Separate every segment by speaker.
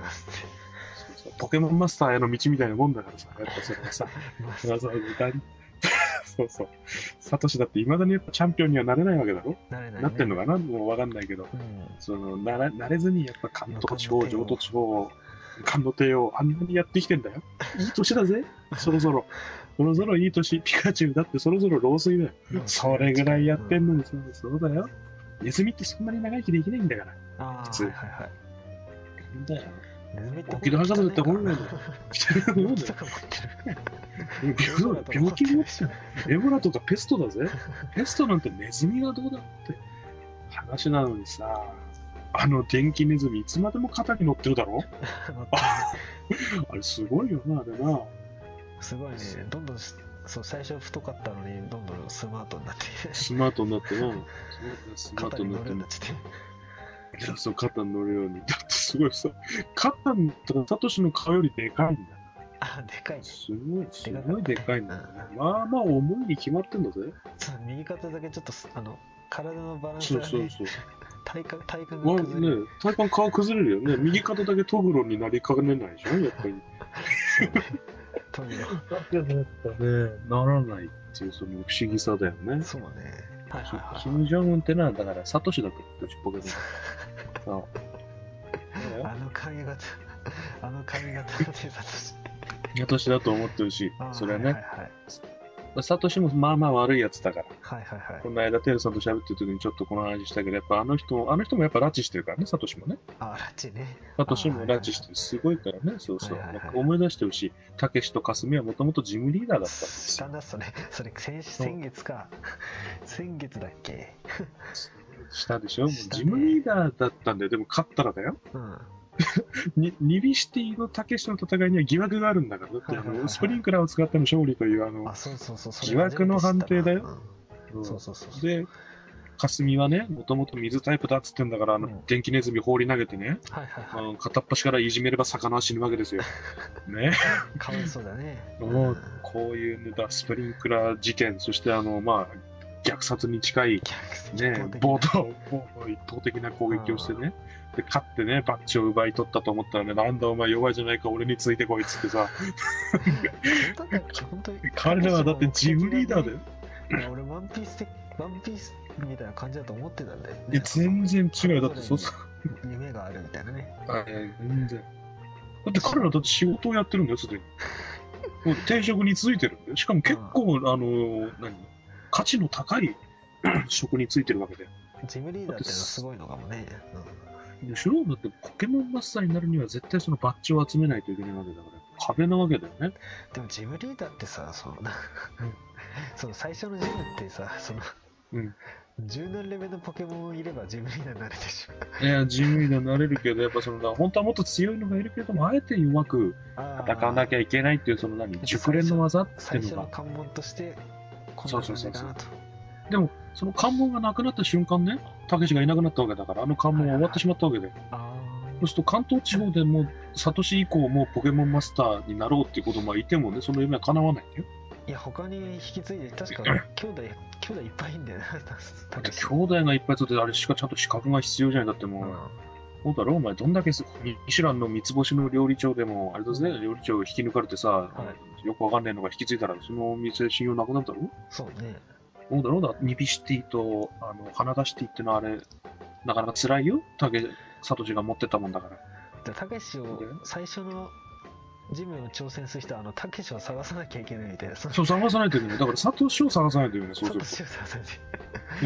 Speaker 1: ますね。
Speaker 2: ポケモンマスターへの道みたいなもんだからさ、やっぱそれはさ、わざわざ歌いそうそう。サトシだっていまだにやっぱチャンピオンにはなれないわけだろ、
Speaker 1: 慣れない、ね。
Speaker 2: なってんのかなもうわかんないけど、
Speaker 1: うん。
Speaker 2: そのならなれずにやっぱ関東地
Speaker 1: いや
Speaker 2: 方、
Speaker 1: 関
Speaker 2: 上
Speaker 1: 東
Speaker 2: 都地方、関東帝王、あんなにやってきてんだよ。いい年だぜ、そろそろ。そろそろいい年、ピカチュウだってそろそろ老衰だよ。それぐらいやってんのにさ、そうだよ。ネズミってそんなに長生きできないんだから。
Speaker 1: あ
Speaker 2: 普
Speaker 1: あ、
Speaker 2: 通
Speaker 1: はいはいはい。
Speaker 2: なんだ よ。
Speaker 1: ネズミって
Speaker 2: 沖縄博士って本来だよ
Speaker 1: 病気とか持ってる。
Speaker 2: 病病気もエボラとかペストだぜ。 ペストなんてネズミがどうだって話なのにさ、あの電気ネズミいつまでも肩に乗ってるだろ
Speaker 1: 持ってる
Speaker 2: あれすごいよな、あれな。
Speaker 1: すごいね。どんどんし、そう、最初太かったのに、どんどんスマートになって、
Speaker 2: スマートになってな。スマー
Speaker 1: 肩
Speaker 2: ト
Speaker 1: に
Speaker 2: にな
Speaker 1: 乗
Speaker 2: っ
Speaker 1: るよ
Speaker 2: て
Speaker 1: うにな
Speaker 2: な
Speaker 1: っ。ちゃって。
Speaker 2: いやそう肩に乗るように。だってすごいさ、肩の、サトシの顔よりでかいんだ。
Speaker 1: あ、でかいね。
Speaker 2: すごい、すごいでかいんだよね。まあまあ重いに決まってんだぜ。
Speaker 1: そう右肩だけちょっとす、あの、体のバランス
Speaker 2: そう
Speaker 1: が
Speaker 2: そう
Speaker 1: ね、
Speaker 2: そう。
Speaker 1: 体幹、体幹
Speaker 2: ま
Speaker 1: が
Speaker 2: あ
Speaker 1: 崩れる。
Speaker 2: ね、体幹顔崩れるよね。右肩だけトグロになりかねないじゃん、やっぱり。
Speaker 1: そうね。ト ミー
Speaker 2: だけどやっぱね、ならないっていうその不思議さだよね
Speaker 1: の。。そうね。はいはいはい。
Speaker 2: キム・ジョンウンってな、だから、サトシだけど、ちっぽ けで。そう。
Speaker 1: あの髪型、あの髪型の手だとし。
Speaker 2: サトシだと思ってるし
Speaker 1: あ、ー
Speaker 2: それは
Speaker 1: はい
Speaker 2: ね、サトシもまあまあ悪いやつだから、
Speaker 1: はいはいはいはい
Speaker 2: こ。の間、テルさんと喋ってる時にちょっとこの話したけど、やっぱあの人も、あの人もやっぱ拉致してるからね、サトシもね。
Speaker 1: あ、ラッチね。
Speaker 2: サトシも拉致してる、すごいからね、そうそう。
Speaker 1: はいはいはい
Speaker 2: なんか思い出してほしい。たけしとかすみはもともとジムリーダーだったんです
Speaker 1: ス
Speaker 2: よ
Speaker 1: タンダストね。それ先、
Speaker 2: そう
Speaker 1: 先月か。先月だっけ。
Speaker 2: したでしょもう
Speaker 1: したね
Speaker 2: ジムリーダーだったんだよ。でも勝ったらだよ。
Speaker 1: うん。
Speaker 2: にニビシティのたけしの戦いには疑惑があるんだから。だってあ
Speaker 1: はいはいは
Speaker 2: の、
Speaker 1: い
Speaker 2: スプリンクラーを使っての勝利という、あの
Speaker 1: あ、、そうそうそう。それ
Speaker 2: 疑惑の判定だよ
Speaker 1: 初めて知ったな。うんそうそうそう。
Speaker 2: で、霞はね、もともと水タイプだっつってんだから、あの、
Speaker 1: うん
Speaker 2: 電気ネズミ放り投げてね、
Speaker 1: はいはい
Speaker 2: あ
Speaker 1: は
Speaker 2: の片っ端からいじめれば魚は死ぬわ けですよ。ね。
Speaker 1: い。かわいそうだね。
Speaker 2: もう
Speaker 1: 逆、
Speaker 2: こういうネタ、スプリンクラー事件、そしてあの、まあ、虐殺に近い、ね、冒
Speaker 1: ト。
Speaker 2: 頭、冒頭一方的な攻撃をしてね、で、勝ってね、バッジを奪い取ったと思ったらね、なんだお前弱いじゃないか、俺についてこいっつってさ、
Speaker 1: 本当だっけ本当に
Speaker 2: 彼らはだってジムリーダーだよ。
Speaker 1: いや俺、ワンピース的、ワンピースみたいな感じだと思ってたんだよね。
Speaker 2: いや、全然違うよ。だって、
Speaker 1: そ
Speaker 2: そうう
Speaker 1: そ
Speaker 2: そうう。
Speaker 1: 夢があるみたいなね。
Speaker 2: あえー全然。だって彼らだって仕事をやってるんだよ、すでに。もう定職についてるん だよ。しかも結構、あのー、何価値の高い 職についてるわけで。
Speaker 1: ジムリーダーってのはすごいのかもね。
Speaker 2: でしろだってポケモンマスターになるには絶対そのバッジを集めないといけないわけだから、壁なわけだよ ね。
Speaker 1: うん、でもジムリーダーってさ、そのな、 その最初のジムってさ、その、
Speaker 2: うん
Speaker 1: 十何レベルのポケモンいればジムリーダーになるでしょ。
Speaker 2: いや、地味になれるけど、やっぱその、本当はもっと強いのがいるけども、あえて弱く戦わなき
Speaker 1: ゃ。
Speaker 2: ゃいけないっていう、その何、熟練の技って
Speaker 1: 最
Speaker 2: いう
Speaker 1: 初
Speaker 2: の
Speaker 1: の
Speaker 2: が。
Speaker 1: 関門として、こんな感じかなと。
Speaker 2: でも、その関門がなくなった瞬間ね、たけしがいなくなったわけだから、あの関門は終わってしまったわけで。
Speaker 1: あ
Speaker 2: そうすると関東地方でもう、サトシ以降もうポケモンマスターになろうっていう子供はいてもね、その夢は叶わないんだよ。
Speaker 1: ーいや、他に引き継いで、確 か、兄弟、兄弟いっぱいいんだよな、
Speaker 2: だ
Speaker 1: た
Speaker 2: って兄弟がいっぱいとって、あれしかちゃんと資格が必要じゃない。だってもう、そうだろお前、どんだけす、ミシュランの三つ星の料理長でも、あれだぜ、料理長引き抜かれてさ、よくわかんないのが引き継いだら、そのお店信用なくなったろ
Speaker 1: そうね。
Speaker 2: そうだろうだ、ニビシティと、あの、花田シティってのはあれ、なかなか辛いよ。竹、サトシが持ってたもんだから。
Speaker 1: じゃあたけしを
Speaker 2: で
Speaker 1: 最初のジムを挑戦する人はあのたけしを探さなきゃいけないみたいなその
Speaker 2: そう、探さないといけない。だから、サトシを探さないといけない。そ
Speaker 1: サ
Speaker 2: うする
Speaker 1: ト
Speaker 2: と。
Speaker 1: シを探さなきゃ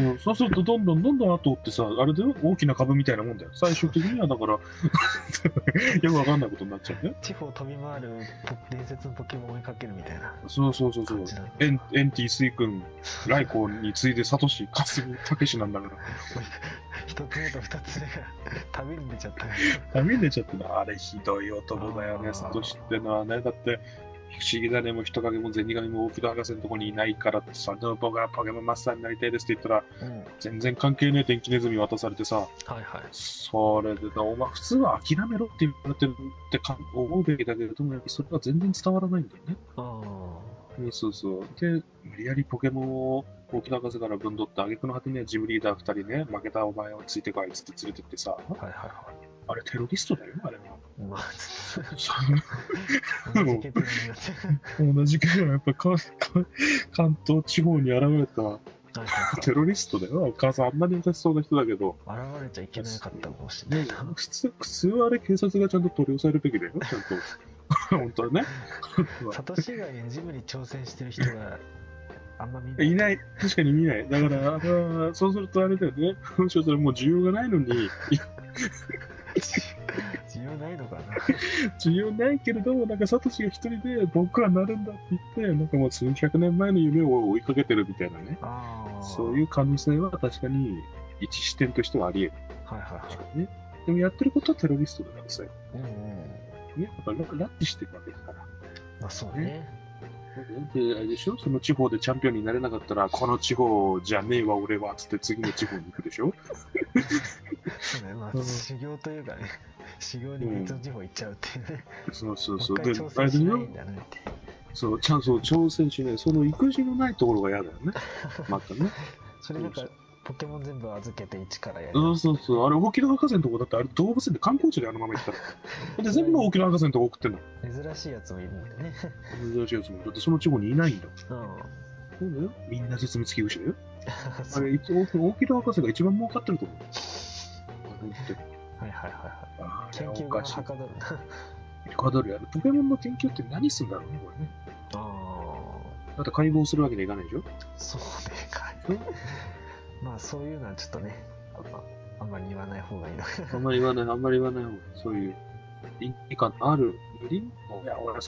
Speaker 1: い
Speaker 2: うん、そうすると、どんどんどんどん後追ってさ、あれだよ、大きな株みたいなもんだよ。最終的には、だから、 よくわかんないことになっちゃうね。
Speaker 1: 地方を飛び回るポ伝説のポケモンを追いかけるみたいな
Speaker 2: そうそうそうそ
Speaker 1: 感
Speaker 2: う
Speaker 1: じ。なの
Speaker 2: エンエンティ、スイ君、ライコに次いでサトシ、カスミ、タケシなんだから。
Speaker 1: 一つ目と二つ目が旅に出ちゃったから
Speaker 2: ダメに出ちゃってな、あれひどい男だよ
Speaker 1: あ
Speaker 2: ね、
Speaker 1: ー
Speaker 2: サトシってのはね。だって、不思議だね、もう人影も銭神も大木戸博士のとこにいないからってさ、でも僕はポケモンマスターになりたいですって言ったら、
Speaker 1: うん
Speaker 2: 全然関係ねえ電気ネズミ渡されてさ、
Speaker 1: はいはい
Speaker 2: それでな、お前普通は諦めろって言われてるってか思うべきだけれども、やっぱそれは全然伝わらないんだよね。
Speaker 1: あー
Speaker 2: うんそうそう。で、無理やりポケモンを大木戸博士からぶんどって、挙句の果てにはジムリーダー2人ね、負けたお前をついてこいっつって連れてってさ、
Speaker 1: はいはいはい
Speaker 2: あれテロリストだよ、あれは。
Speaker 1: まあ、
Speaker 2: そ
Speaker 1: 同じ結論になっちゃ
Speaker 2: の同じくらいやっぱ 関関関東地方に現れた
Speaker 1: うはいはい
Speaker 2: テロリストだよお母さんあんなに優しそうな人だけど
Speaker 1: はい現れちゃいけなかったかもしれ な
Speaker 2: ね
Speaker 1: いな。
Speaker 2: 普通普通はあれ警察がちゃんと取り押さえるべきだよちゃんと 本当はね
Speaker 1: サトシ以外にジムに挑戦してる人があんま見ない。
Speaker 2: いない、確かに見ない。だから、あれはそうするとあれだよね。むしろそれもう需要がないの に、
Speaker 1: 需要ないのかな。
Speaker 2: 需要ないけれども、なんかサトシが一人で僕はなるんだって言って、なんかもう数百年前の夢を追いかけてるみたいなね。
Speaker 1: ああ。
Speaker 2: そういう可能性は確かに一視点としてはあり
Speaker 1: はいはい
Speaker 2: 得
Speaker 1: は
Speaker 2: る、ね。でもやってることはテロリストだからさ、ね、
Speaker 1: い。うんうん。
Speaker 2: やっぱ拉致してるわけだから。
Speaker 1: まあそうね。
Speaker 2: で、あれでしょその地方でチャンピオンになれなかったら、この地方じゃねえわ、俺は、つって次の地方に行くでしょ
Speaker 1: そうね。ま
Speaker 2: う
Speaker 1: あ
Speaker 2: ん
Speaker 1: 修行というかね、 修行に別の地方行っちゃうっていうね。
Speaker 2: そうそう
Speaker 1: も
Speaker 2: そうう。
Speaker 1: 一回
Speaker 2: で
Speaker 1: 挑、
Speaker 2: あ
Speaker 1: 戦
Speaker 2: れで
Speaker 1: し
Speaker 2: し
Speaker 1: な
Speaker 2: ょ
Speaker 1: いんだねって。
Speaker 2: そう、チャンスを挑戦しない、その育児のないところが嫌だよ ね。またね。
Speaker 1: それなんか、ポケモン全部預けて一からやる。
Speaker 2: そうそうそう、あれ、沖縄博士のとこだって、あれ、動物園で観光地であのまま行ったら。で、全部沖縄博士のとこ送ってんの。
Speaker 1: 珍しいやつもいるんでね。
Speaker 2: 珍しいやつも。だって、その地方にいないんだもん。
Speaker 1: うん。
Speaker 2: そうだよ。みんな絶滅危惧種だよ。あ
Speaker 1: そう
Speaker 2: れ、一応、沖縄博士が一番儲かってると思う。
Speaker 1: はいはいはいは
Speaker 2: あ
Speaker 1: い。
Speaker 2: れ
Speaker 1: 研
Speaker 2: お
Speaker 1: 究が
Speaker 2: かしい
Speaker 1: は。かどるな。
Speaker 2: エクアドルやる。ポケモンの研究って何するんだろうね、これね。
Speaker 1: あ
Speaker 2: だって解剖するわけにはいかないで しょ。
Speaker 1: あ。そうね。か
Speaker 2: うん
Speaker 1: まあそういうのはちょっとね、あんまり言わない方がいいのか
Speaker 2: あんまり言わない、あんまり言わない方がいいそういう倫理観のある倫理いや、俺、